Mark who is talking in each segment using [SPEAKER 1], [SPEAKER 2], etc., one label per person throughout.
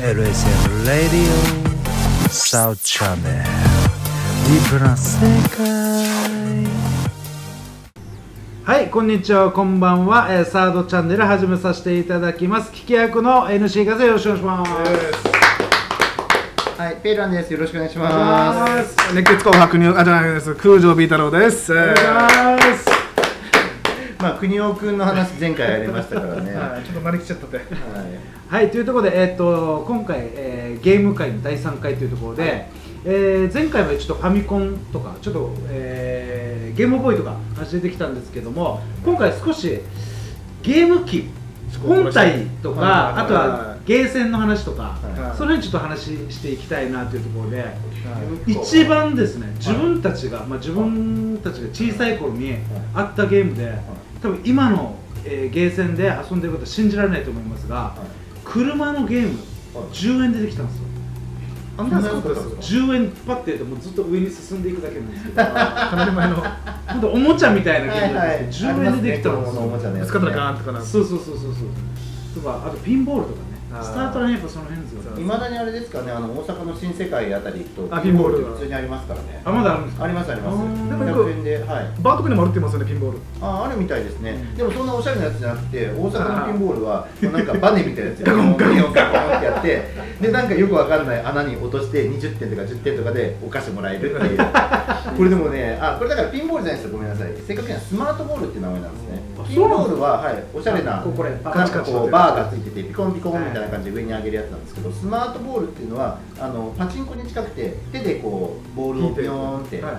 [SPEAKER 1] LSM Radio South Channel リブラ世界
[SPEAKER 2] はい、こんにちは、こんばんは、えー、サードチャンネル始めさせていただきます。聞き役の NC ガセよろしくお願いします。
[SPEAKER 3] はい、ペイランです。よろしくお願いし
[SPEAKER 2] お
[SPEAKER 3] ま
[SPEAKER 2] 願いします
[SPEAKER 4] 熱血紅白入あじゃないです空城 B 太郎です
[SPEAKER 2] お願いします。
[SPEAKER 3] す。まあ、国尾くんの話、前回やりましたからね。は
[SPEAKER 4] はいちょっと慣れきちゃったって
[SPEAKER 3] い。
[SPEAKER 2] はい、というところで、えー、と今回、えーゲーム会の第3回というところで、えー前回までちょっとファミコンとかちょっと、えーゲームボーイとか話出てきたんですけども今回少しゲーム機本体とか、
[SPEAKER 4] はい
[SPEAKER 2] あとはゲーセンの話とか、
[SPEAKER 3] はい
[SPEAKER 2] その辺ちょっと話していきたいなというところで、
[SPEAKER 4] い
[SPEAKER 2] 一番ですね自分たちが、まあ、自分たちが小さい頃にあったゲームで、多分今の、えーゲーセンで遊んでることは信じられないと思いますが、車のゲーム
[SPEAKER 3] はい
[SPEAKER 2] 10円でできたんですよ
[SPEAKER 3] あんなことですか。
[SPEAKER 2] 10円パッてやるともうずっと上に進んでいくだけなんですけど
[SPEAKER 4] かなり前の
[SPEAKER 2] ほんとおもちゃみたいなゲームなんですけど、
[SPEAKER 3] ありま
[SPEAKER 2] 10円
[SPEAKER 3] す
[SPEAKER 2] で
[SPEAKER 3] ね
[SPEAKER 2] できたんで
[SPEAKER 3] 子
[SPEAKER 2] す
[SPEAKER 3] 供のおもちゃ
[SPEAKER 2] よ
[SPEAKER 3] のやつ
[SPEAKER 4] 使ったらガーンとかな
[SPEAKER 2] そうそうそうそうそうとかあとピンボールとかね
[SPEAKER 4] あー
[SPEAKER 2] スタートラインやっぱその辺ですよね
[SPEAKER 3] いまだにあれですかね、あの大阪の新世界あたり行くと。
[SPEAKER 4] あピンボールが
[SPEAKER 3] 普通にありますからね。
[SPEAKER 2] あまだあるんですか
[SPEAKER 3] あります、ありま
[SPEAKER 2] あー
[SPEAKER 3] す。100円で、はい。
[SPEAKER 4] バートクにもあるって言いますよねピンボール
[SPEAKER 3] あ、あるみたいですね。でも、そんなおしゃれなやつじゃなくて、大阪のピンボールは、なんかバネみたいなやつ。ガコンガコンガコンってやって、で、なんかよくわかんない穴に落として、20点とか10点とかで、お菓子もらえるっていう。これでもね、あ、これだからピンボールじゃないですよ、ごめんなさい。正確にはスマートボールっていう名前なんですね。
[SPEAKER 2] あ
[SPEAKER 3] ピンボールは、はい、おしゃれな。
[SPEAKER 2] ここれ
[SPEAKER 3] なん
[SPEAKER 2] カ
[SPEAKER 3] か
[SPEAKER 2] チカチ
[SPEAKER 3] こうバーがついててピコンピコンみたいな感じで上に上げるやつなんですけど、スマートボールっていうのはあのパチンコに近くて手でこうボールをピヨーンって
[SPEAKER 2] はい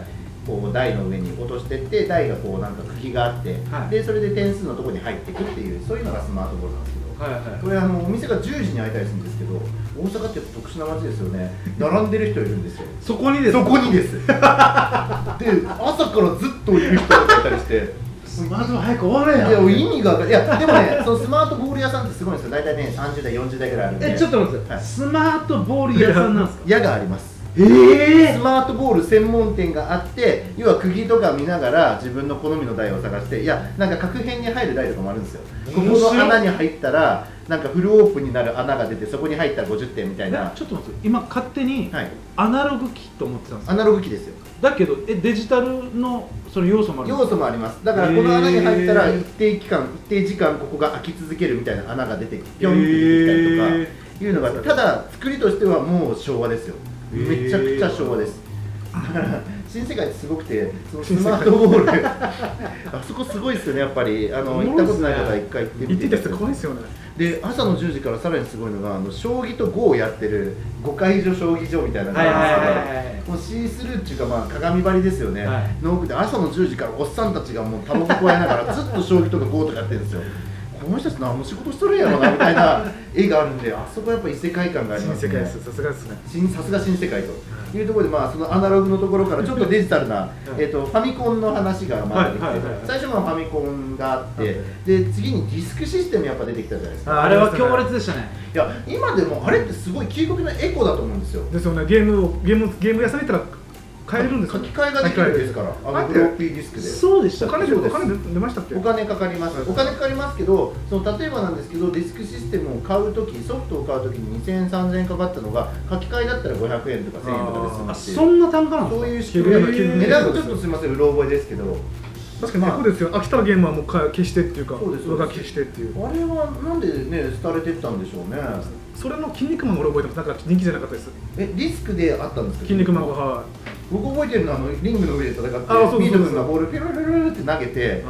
[SPEAKER 3] こう台の上に落としてって台がこうなんか茎があって、
[SPEAKER 2] はい
[SPEAKER 3] でそれで点数のところに入っていくっていうそういうのがスマートボールなんですけど、
[SPEAKER 2] はいはい
[SPEAKER 3] これあのお店が10時に開いたりするんですけど大阪って特殊な街ですよね並んでる人いるんですよ
[SPEAKER 2] そこにです
[SPEAKER 3] そこにです で朝からずっといる人がいたりして
[SPEAKER 2] スマート早く終われ
[SPEAKER 3] い
[SPEAKER 2] や
[SPEAKER 3] や意味が分かんないいやでもねそのスマートボール屋さんってすごいんですよ大体ね30代40代ぐらいあるんで
[SPEAKER 2] えちょっと待ってください、スマートボール屋さんなんですか
[SPEAKER 3] 矢があります
[SPEAKER 2] え
[SPEAKER 3] スマートボール専門店があって要は釘とか見ながら自分の好みの台を探していやなんか角辺に入る台とかもあるんですよここ
[SPEAKER 2] 面白い
[SPEAKER 3] の穴に入ったらなんかフルオープンになる穴が出てそこに入ったら50点みたいな
[SPEAKER 2] ちょっと待って今勝手に
[SPEAKER 3] はい
[SPEAKER 2] アナログ機と思ってたんですよ
[SPEAKER 3] アナログ機ですよ
[SPEAKER 2] だけどえデジタルのその要素もあるんで
[SPEAKER 3] 要
[SPEAKER 2] す
[SPEAKER 3] 素もありますだからこの穴に入ったら
[SPEAKER 2] へー
[SPEAKER 3] 一定期間一定時間ここが開き続けるみたいな穴が出てピョンって出てきたりとか
[SPEAKER 2] え
[SPEAKER 3] いうのがあってただ作りとしてはもう昭和ですよ
[SPEAKER 2] へー
[SPEAKER 3] めちゃくちゃ昭 和ですだから新世界ってすごくてそのスマートボール あそこすごいですよねやっぱりあの
[SPEAKER 2] お
[SPEAKER 3] 行
[SPEAKER 2] も
[SPEAKER 3] っ
[SPEAKER 2] ろい
[SPEAKER 3] た
[SPEAKER 2] っすね
[SPEAKER 3] ことない方は一回行って
[SPEAKER 4] 言
[SPEAKER 3] み
[SPEAKER 4] ってて
[SPEAKER 3] い
[SPEAKER 4] た
[SPEAKER 3] た
[SPEAKER 4] や
[SPEAKER 3] だき
[SPEAKER 4] つ怖
[SPEAKER 3] た
[SPEAKER 4] い
[SPEAKER 3] い
[SPEAKER 4] ですよね
[SPEAKER 3] で朝の10時からさらにすごいのがあの将棋と碁をやってる碁会所将棋場みたいなのが
[SPEAKER 2] はいはい
[SPEAKER 3] あるんですけ
[SPEAKER 2] は
[SPEAKER 3] ど
[SPEAKER 2] いはい
[SPEAKER 3] もうシースルーっていうか、まあ、鏡張りですよね、
[SPEAKER 2] はい
[SPEAKER 3] の奥で朝の10時からおっさんたちがもうタバコ加えな がらずっと将棋とか碁とかやってるんですよこの人たち何も仕事しとるんやろなみたいな絵があるんであそこやっぱ異世界感があり
[SPEAKER 4] 新
[SPEAKER 3] ます
[SPEAKER 4] 世
[SPEAKER 3] ね
[SPEAKER 4] 界ですさすがですね
[SPEAKER 3] 新さすが新世界というところで、まあ、そのアナログのところからちょっとデジタルな、 えっとファミコンの話がまあ出てきて、
[SPEAKER 2] はいはいはいはい
[SPEAKER 3] 最初はファミコンがあって、で次にディスクシステムやっぱ出てきたじゃないですか
[SPEAKER 2] あれは強烈でしたね
[SPEAKER 3] いや今でもあれってすごい究極のエコだと思うんですよ
[SPEAKER 4] ですよねゲームをゲームゲーム屋さん行ったら買えるんです
[SPEAKER 3] 書
[SPEAKER 4] よ
[SPEAKER 3] き換えができるんですからあのフロッピーディスクで
[SPEAKER 2] そうでした
[SPEAKER 4] お
[SPEAKER 2] っけ
[SPEAKER 4] 金で
[SPEAKER 3] そう
[SPEAKER 4] お
[SPEAKER 3] です
[SPEAKER 4] 金出出ましたっけ
[SPEAKER 3] お金かかります、
[SPEAKER 4] はい
[SPEAKER 3] お金かかりますけどその例えばなんですけどディスクシステムを買うときソフトを買うときに2000円3000円かかったのが書き換えだったら500円とか1000円とかで済む
[SPEAKER 2] あ
[SPEAKER 3] っていう
[SPEAKER 2] そんな単価なんです
[SPEAKER 3] そ
[SPEAKER 2] か
[SPEAKER 3] ういう仕組みなんです
[SPEAKER 4] へー
[SPEAKER 3] 値段がちょっとすみません、うろ覚えですけど、あ
[SPEAKER 4] 確かにそうですよ飽きたらゲームはもうか消してっていうか
[SPEAKER 3] そうです
[SPEAKER 4] 上書き消してっていう
[SPEAKER 3] れはなんでね、廃れてったんでしょうね。
[SPEAKER 4] それの筋肉マンが俺覚えてますなんか人気じゃなかったです
[SPEAKER 3] え、リスクであったんですか
[SPEAKER 4] 筋肉マンがはい
[SPEAKER 3] 僕覚えてるのは、あのリングの上で戦って、
[SPEAKER 4] あそうそう
[SPEAKER 3] ミート君がボール、ピロピロピロって投げて、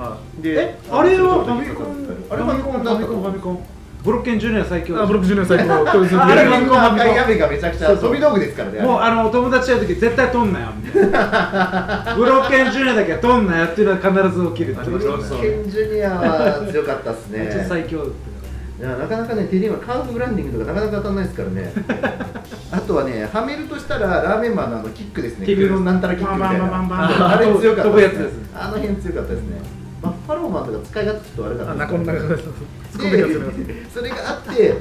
[SPEAKER 2] えあれはフ
[SPEAKER 3] そ
[SPEAKER 2] ァ
[SPEAKER 3] う
[SPEAKER 2] ミコン
[SPEAKER 3] あれファミコンだった
[SPEAKER 2] ファミコンブロッケンジュニア最強
[SPEAKER 4] あブロックジュニア最高これずっと
[SPEAKER 3] あ
[SPEAKER 2] あれ
[SPEAKER 3] れ
[SPEAKER 2] ファミ
[SPEAKER 3] ファミ
[SPEAKER 2] コ
[SPEAKER 3] コ
[SPEAKER 2] ンフ
[SPEAKER 3] ン
[SPEAKER 2] ァミコン
[SPEAKER 3] 赤い雨がめちゃくちゃ飛び道具ですからね。あれ
[SPEAKER 2] もうあの友達やるとき絶対取んなよみたいなブロッケンジュニアだけは取んなよっていうのは必ず起きるっていう
[SPEAKER 4] ありましたね
[SPEAKER 3] ケンジュニアは強かったです
[SPEAKER 2] めっちゃ
[SPEAKER 3] ね。
[SPEAKER 2] 最強だったか
[SPEAKER 3] いやなかなかね、テレビはカーブグランディングとかなかなか当たらないですからね。あとはね、はめるとしたらラーメンマンのあのキックですね。
[SPEAKER 2] キック
[SPEAKER 3] 首のなんたらキックみたい
[SPEAKER 2] バンバンバンバンバン
[SPEAKER 3] な。あれ強かった
[SPEAKER 2] 飛ぶやつですね
[SPEAKER 3] あの辺強かったですね。バッファローマンとか使い勝手ちょっと悪かった
[SPEAKER 4] あ
[SPEAKER 3] ですね
[SPEAKER 4] 中の中で突っ込んできたやつ
[SPEAKER 3] でそれがあって、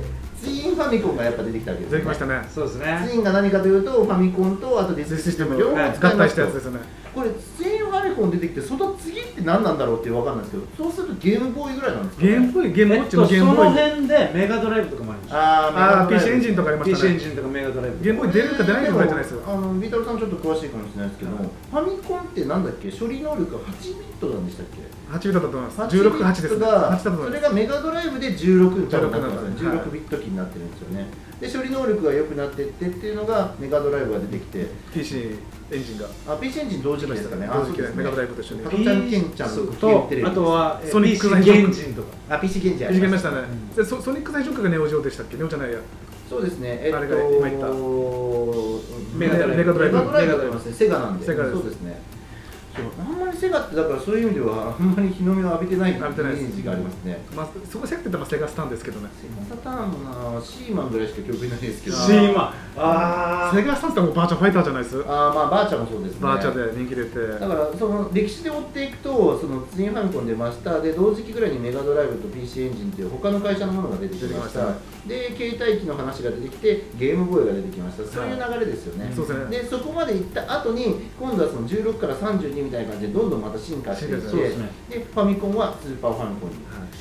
[SPEAKER 3] ツインファミコンがやっぱ出てきたわけです
[SPEAKER 4] 出てきましたね
[SPEAKER 2] らそうですね
[SPEAKER 3] ツインが何かというと、ファミコンとあとディスクシステム両方使いますと
[SPEAKER 4] 合体したやつですよね
[SPEAKER 3] これツインファミコン出てきて、その次って何なんだろうって分かんないですけど、そうするとゲームボーイぐらいなんですか、ね。
[SPEAKER 4] ゲームボーイゲームウ
[SPEAKER 2] え
[SPEAKER 4] ォ
[SPEAKER 2] っ
[SPEAKER 4] ッチの
[SPEAKER 2] と、
[SPEAKER 4] ゲー
[SPEAKER 2] そ
[SPEAKER 4] ムボ
[SPEAKER 2] の
[SPEAKER 4] ーイ
[SPEAKER 2] 辺でメガドライブとかもあり
[SPEAKER 3] あ
[SPEAKER 4] あー PC エンジンとかありま
[SPEAKER 2] PC
[SPEAKER 4] した
[SPEAKER 2] エン
[SPEAKER 4] ね
[SPEAKER 2] ジンとかメガドライブ
[SPEAKER 4] ゲームボーイ出るか出ないかとかじゃないですよ
[SPEAKER 3] あのビートルさんちょっと詳しいかもしれないですけど、ファミコンってなんだっけ処理能力が8ビットなんでしたっけ
[SPEAKER 4] 8ビットだと思います
[SPEAKER 3] 8
[SPEAKER 4] 16か8です
[SPEAKER 3] ビット
[SPEAKER 4] ね
[SPEAKER 3] が
[SPEAKER 4] 8だと
[SPEAKER 3] そ
[SPEAKER 4] 思いま
[SPEAKER 3] れ
[SPEAKER 4] す
[SPEAKER 3] がメガドライブで16
[SPEAKER 4] 多分
[SPEAKER 3] なって
[SPEAKER 4] はい
[SPEAKER 3] 16ビット機になってるんですよね、で処理能力が良くなってってっていうのがメガドライブが出てきて
[SPEAKER 4] PC エンジンが
[SPEAKER 3] あ PC エンジン同時期ですかね
[SPEAKER 4] 同時期
[SPEAKER 3] あそうですね
[SPEAKER 4] メガドライブと一緒に
[SPEAKER 3] 加藤ちゃんケンちゃんの
[SPEAKER 2] と
[SPEAKER 3] テレビ
[SPEAKER 2] あとはえー
[SPEAKER 4] ソニック
[SPEAKER 2] PC エンジンとか
[SPEAKER 3] あ PC ゲンジン
[SPEAKER 4] いじけましたね、でソソニック最初からネオジオでしたっけネオじゃないや
[SPEAKER 3] そうですねえっと
[SPEAKER 4] あれが今言った
[SPEAKER 2] メガドライブ
[SPEAKER 3] メガ
[SPEAKER 4] メガドライブ
[SPEAKER 3] ドライブって言いますねセガなんで
[SPEAKER 4] セガです
[SPEAKER 3] そうですねそうあんまりセガってだからそういう意味ではあんまり日の目を浴びてないイメ
[SPEAKER 4] 浴びてないです
[SPEAKER 3] ージがありますね
[SPEAKER 4] まあ、そこセクテまあセガスタンですけどね
[SPEAKER 3] セガサターンもなシーマンぐらいしか記憶にないですけど
[SPEAKER 2] シーマンあ
[SPEAKER 4] セガスタンってもうバーチャファイターじゃないです
[SPEAKER 3] あーまあバーチャもそうですね
[SPEAKER 4] バーチャで人気出て
[SPEAKER 3] だからその歴史で追っていくとそのツインファミコンでマスターで同時期ぐらいにメガドライブと PC エンジンっていう他の会社のものが出てきましたで携帯機の話が出てきてゲームボーイが出てきましたそういう流れですよね、
[SPEAKER 4] そうですね
[SPEAKER 3] でそこまで行った後に今度はその16から32みたいな感じでどんどんまた進化していって
[SPEAKER 4] 進
[SPEAKER 2] 化ですね
[SPEAKER 3] でファミコンはスーパーファミコンに、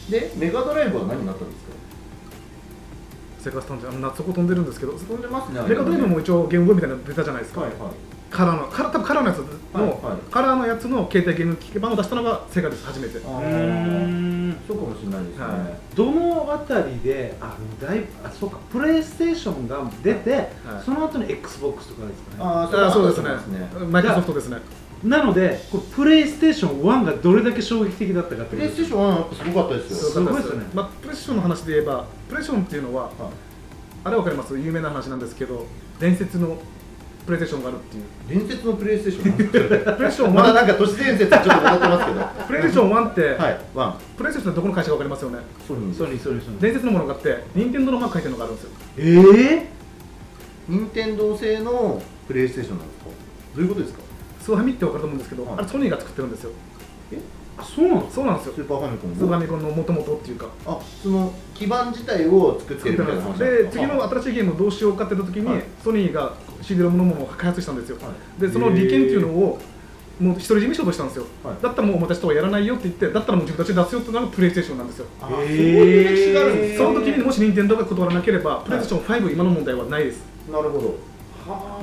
[SPEAKER 3] でメガドライブは何になったんですか
[SPEAKER 4] セガスタンってあの夏そこ飛んでるんですけどそ
[SPEAKER 3] 飛んでますね
[SPEAKER 4] メガドライブも一応ゲームボーイみたいなの出たじゃないですか、
[SPEAKER 3] はいはい
[SPEAKER 4] カラーのカラー多分カラーのやつの、
[SPEAKER 3] はいはい
[SPEAKER 4] カラーのやつの携帯ゲーム機版を出したのがセガです初め
[SPEAKER 3] あ
[SPEAKER 4] て
[SPEAKER 2] ーう
[SPEAKER 3] ー
[SPEAKER 2] ーん
[SPEAKER 3] そうかもしれないですね、
[SPEAKER 4] は
[SPEAKER 2] どのあたりであだいぶあそうかプレイステーションが出て、その後に XBOX とかですかね
[SPEAKER 3] あー
[SPEAKER 4] あそうですね
[SPEAKER 3] そうですね
[SPEAKER 4] マイクロソフトですね
[SPEAKER 2] なのでこれプレイステーション1がどれだけ衝撃的だったかって
[SPEAKER 3] プ
[SPEAKER 2] こ
[SPEAKER 3] レ
[SPEAKER 2] とで
[SPEAKER 3] イス
[SPEAKER 2] す
[SPEAKER 3] テーションはすごかったですよ
[SPEAKER 2] すごいですね
[SPEAKER 4] まあ、プレッションの話で言えばプレッションっていうのは
[SPEAKER 3] はい
[SPEAKER 4] あれわかります有名な話なんですけど伝説のプレイステーションがあるっていう
[SPEAKER 3] 伝説のプレイステーショ
[SPEAKER 4] プレイ ステーショ
[SPEAKER 3] ン
[SPEAKER 4] ン
[SPEAKER 3] まだ
[SPEAKER 4] 1
[SPEAKER 3] なんか都市伝説ちょっと歌ってますけど
[SPEAKER 4] プレイステーション1って、
[SPEAKER 3] はいワン
[SPEAKER 4] プレイステーションってどこの会社かわかりますよね
[SPEAKER 3] ソニー
[SPEAKER 2] ソニーソニーソニー
[SPEAKER 4] 伝説のものがあって任天堂のマーク書いてるのがあるんですよ
[SPEAKER 2] ええ
[SPEAKER 3] 任天堂製のプレイステーションなんですかどういうことですか
[SPEAKER 4] スーファミってわかると思うんですけど、
[SPEAKER 3] はい
[SPEAKER 4] あれソニーが作ってるんですよ
[SPEAKER 2] あそうなの
[SPEAKER 4] そうなんですよ
[SPEAKER 3] スーパーファミコン
[SPEAKER 4] スーファ
[SPEAKER 3] の
[SPEAKER 4] ミコンのもともとっていうか
[SPEAKER 3] あその基盤自体を作って
[SPEAKER 4] 作っ
[SPEAKER 3] るみ
[SPEAKER 4] て
[SPEAKER 3] た
[SPEAKER 4] る
[SPEAKER 3] いな話なんん
[SPEAKER 4] です
[SPEAKER 3] か
[SPEAKER 4] で次の
[SPEAKER 3] あ
[SPEAKER 4] 新しいゲームをどうしようかって言った時に、
[SPEAKER 3] はい
[SPEAKER 4] ソニーが CD ロムのものを開発したんですよ、
[SPEAKER 3] は
[SPEAKER 4] でその利権っていうのをもう独り占めしようとしたんですよ、
[SPEAKER 3] はい
[SPEAKER 4] だったらもう私とはやらないよって言ってだったらもう自分たちで出すよっていうのがプレイステーションなんですよ
[SPEAKER 3] あ
[SPEAKER 2] えー
[SPEAKER 3] そういう歴史があるんです
[SPEAKER 4] その
[SPEAKER 3] ね
[SPEAKER 4] 時にもし任天堂が断らなければ、プレイステーション5、今の問題はないです。
[SPEAKER 3] なるほど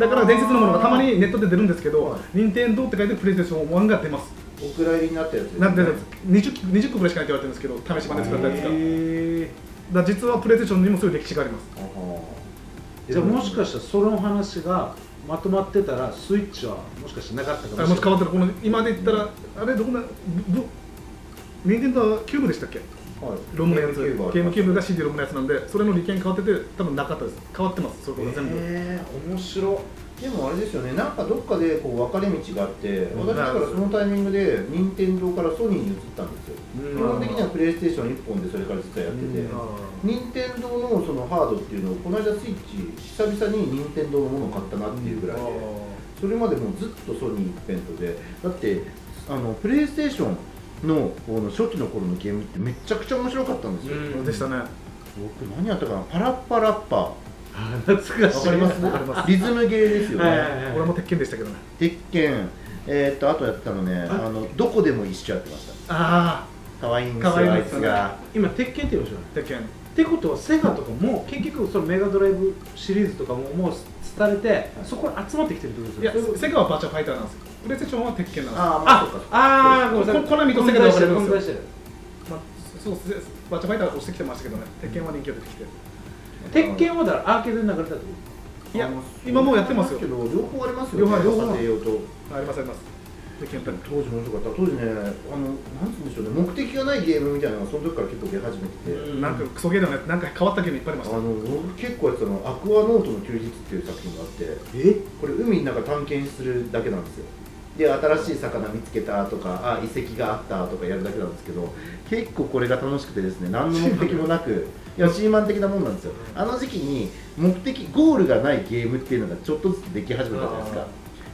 [SPEAKER 4] だから伝説のものがたまにネットで出るんですけど
[SPEAKER 3] はい、
[SPEAKER 4] 任天堂って書いてプレイステーション1が出ます。
[SPEAKER 3] お蔵入りになったやつですね
[SPEAKER 4] なんてやつ、20, 20個ぐらいしかないって言われてるんですけど、試し版で使ったやつが。だか
[SPEAKER 2] ええ
[SPEAKER 4] ら実はプレイステーションにもそういう歴史があります。
[SPEAKER 3] あはー
[SPEAKER 2] じゃあもしかしたらその話がまとまってたらスイッチはもしかしてなかったか
[SPEAKER 4] あ
[SPEAKER 2] も
[SPEAKER 4] も
[SPEAKER 2] し
[SPEAKER 4] し
[SPEAKER 2] れない
[SPEAKER 4] 変わったら、この今で言ったら、あれ、どこな、ぶぶ任天堂はキューブでしたっけ
[SPEAKER 3] はい
[SPEAKER 4] ロムのやつ、
[SPEAKER 3] ゲ
[SPEAKER 4] ゲ
[SPEAKER 3] ームキューブは
[SPEAKER 4] ームキューブが CD ロムのやつなんで、それの利権変わってて、多分なかったです。変わってます、それこそ全部。
[SPEAKER 2] ええ面白
[SPEAKER 3] でもあれですよね、なんかどっかでこう分かれ道があって、
[SPEAKER 4] ん
[SPEAKER 3] 私だからそのタイミングで、任天堂からソニーに移ったんですよ。
[SPEAKER 2] うん
[SPEAKER 3] 基本的にはプレイステーション1本でそれからずっとやってて
[SPEAKER 2] う、ん
[SPEAKER 3] 任天堂のそのハードっていうのを、この間スイッチ、久々に任天堂のものを買ったなっていうぐらいで、それまでもうずっとソニー一辺倒で、だって、あのプレイステーションのこの初期の頃のゲームって、めちゃくちゃ面白かったんですよ。
[SPEAKER 2] うん
[SPEAKER 4] でしたね。
[SPEAKER 3] 僕、何やったかな、パラッパラッパ、
[SPEAKER 2] 懐かしい
[SPEAKER 3] わかります
[SPEAKER 4] わかります
[SPEAKER 3] リズムゲーですよ
[SPEAKER 2] はいはい
[SPEAKER 3] ね
[SPEAKER 2] はい。
[SPEAKER 4] 俺も鉄拳でしたけどね。
[SPEAKER 3] 鉄拳、えー、とあとやってたのねあのどこでも一緒やってまし
[SPEAKER 4] あ
[SPEAKER 3] た可愛いんです
[SPEAKER 4] 可愛い
[SPEAKER 3] よあい
[SPEAKER 4] で
[SPEAKER 3] つ
[SPEAKER 4] すね
[SPEAKER 3] が
[SPEAKER 2] 今鉄拳って言いましたね
[SPEAKER 4] あ、鉄拳。
[SPEAKER 2] ってことはセガとかも結局そのメガドライブシリーズとかももう廃れて、そこに集まってきてるってこと
[SPEAKER 4] い
[SPEAKER 2] で
[SPEAKER 4] や
[SPEAKER 2] すよ、
[SPEAKER 4] セガはバーチャファイターなんですよ。プレイステーションは鉄拳なんですよ。
[SPEAKER 3] あーまあ
[SPEAKER 2] あ
[SPEAKER 3] そうか
[SPEAKER 2] あーごめんなさい
[SPEAKER 4] こコナミとセガで分かれるんですよ
[SPEAKER 2] 混在してる
[SPEAKER 4] まあ、そうですね。バーチャファイターは押してきてましたけどね。鉄拳は人気が出てきて。
[SPEAKER 2] 鉄拳はだからアーケードに流れたってこ
[SPEAKER 4] いや
[SPEAKER 3] あの、
[SPEAKER 4] 今もうやってますよ
[SPEAKER 3] け。ど両方ありますよね
[SPEAKER 4] 両方両方
[SPEAKER 3] 家庭用と
[SPEAKER 4] ありますあります。鉄拳ペン。
[SPEAKER 3] 当時面白かった当時ねあのなんつうんでしょうね目的がないゲームみたいなのがその時から結構出始めてて、
[SPEAKER 2] と
[SPEAKER 4] なんかクソゲーだね。なんか変わったゲームいっぱいあり
[SPEAKER 3] あ
[SPEAKER 4] ました。
[SPEAKER 3] の僕結構やってたの「アクアノートの休日」っていう作品があって
[SPEAKER 2] え
[SPEAKER 3] これ海の中探検するだけなんですよで新しい魚見つけたとかあ遺跡があったとかやるだけなんですけど結構これが楽しくてですね何の目的もな くいやシーマン的なもんなんですよあの時期に目的ゴールがないゲームっていうのがちょっとずつでき始めたじゃないですか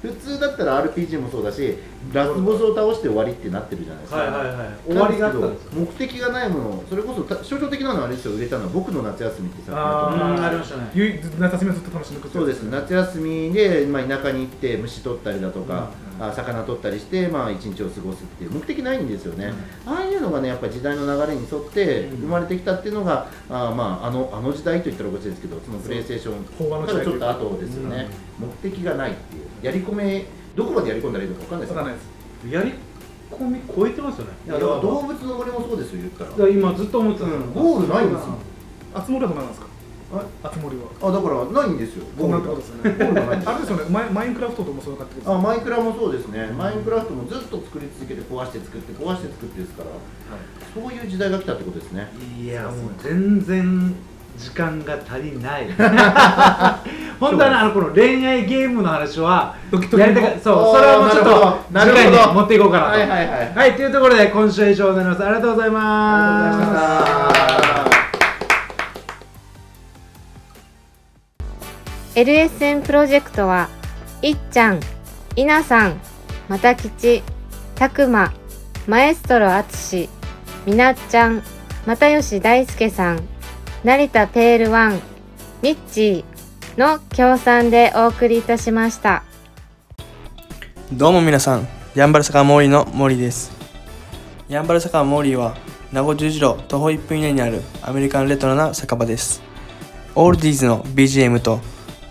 [SPEAKER 3] 普通だったら RPG もそうだしラスボスを倒して終わりってなってるじゃないですか、
[SPEAKER 2] はいはいはい終わりがあったんですよ
[SPEAKER 3] 目的がないものそれこそた象徴的なのはあれですよ売れたのは僕の夏休みって作品だと思うんですけど
[SPEAKER 2] うんありましたね
[SPEAKER 4] ゆい夏休みはずっと楽しんでくれて
[SPEAKER 3] そうです夏休みで、まあ、田舎に行って虫取ったりだとか、あ魚取ったりして、まあ、一日を過ごすっていう目的ないんですよね、ああいうのがねやっぱ時代の流れに沿って
[SPEAKER 2] うん
[SPEAKER 3] 生まれてきたっていうのが、あーまあ、あのあの時代といったらおかしいですけどそのプレイステーション
[SPEAKER 4] そう
[SPEAKER 3] からちょっと後ですよね、目的がないっていうやり込めどこまでやり込んだらいいのか分かんないです
[SPEAKER 4] わか
[SPEAKER 3] よね
[SPEAKER 4] んないです
[SPEAKER 2] やり込み超えてますよね
[SPEAKER 3] いやだから動物の森もそうですよ言ったら
[SPEAKER 2] だから今ずっと思ってた
[SPEAKER 3] うんゴールないんですよ
[SPEAKER 4] あつ森はどうなんですかあつ森は
[SPEAKER 3] あだからないんですよ
[SPEAKER 4] こうなった
[SPEAKER 3] ゴ
[SPEAKER 4] こ
[SPEAKER 3] ール
[SPEAKER 4] とですよ
[SPEAKER 3] ゴールがないん
[SPEAKER 4] ね
[SPEAKER 3] です
[SPEAKER 4] あれですよねマイマインクラフトともそうだったけど
[SPEAKER 3] あマイクラもそうですね、マインクラフトもずっと作り続けて、壊して作って、壊して作ってですから、そういう時代が来たってことですね。
[SPEAKER 2] いやもう全然時間が足りない本当はねあのこの恋愛ゲームの話は
[SPEAKER 4] ドキドキの
[SPEAKER 2] やりたかったそう
[SPEAKER 3] おー
[SPEAKER 2] それはもうちょっと
[SPEAKER 3] なる
[SPEAKER 2] 次回
[SPEAKER 3] ほどなるほ
[SPEAKER 2] に
[SPEAKER 3] ど
[SPEAKER 2] 持っていこうかなと
[SPEAKER 3] はいはいはい
[SPEAKER 2] はいというところで今週は以上になりますありがとうござい
[SPEAKER 3] ありがとうご
[SPEAKER 2] ます
[SPEAKER 3] ざいました。
[SPEAKER 5] LSN プロジェクトはいっちゃん、いなさん、またきち、たくま、マエストロあつし、みなっちゃん、またよし大輔さん、成田ペールワン、ミッチーの協賛でお送りいたしました。
[SPEAKER 6] どうも皆さん、やんばる坂モーリーの森です。やんばる坂モーリーは、名護十字路徒歩1分以内にあるアメリカンレトロな酒場です。オールディーズの BGM と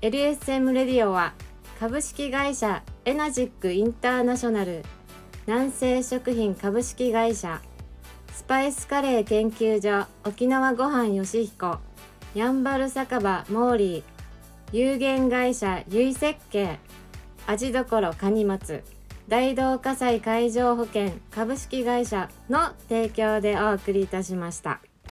[SPEAKER 5] LSM レディオは株式会社エナジックインターナショナル南西食品株式会社スパイスカレー研究所沖縄ごはんよしひこやんばる酒場モーリー有限会社ゆい設計味どころかにまつ大同火災海上保険株式会社の提供でお送りいたしました。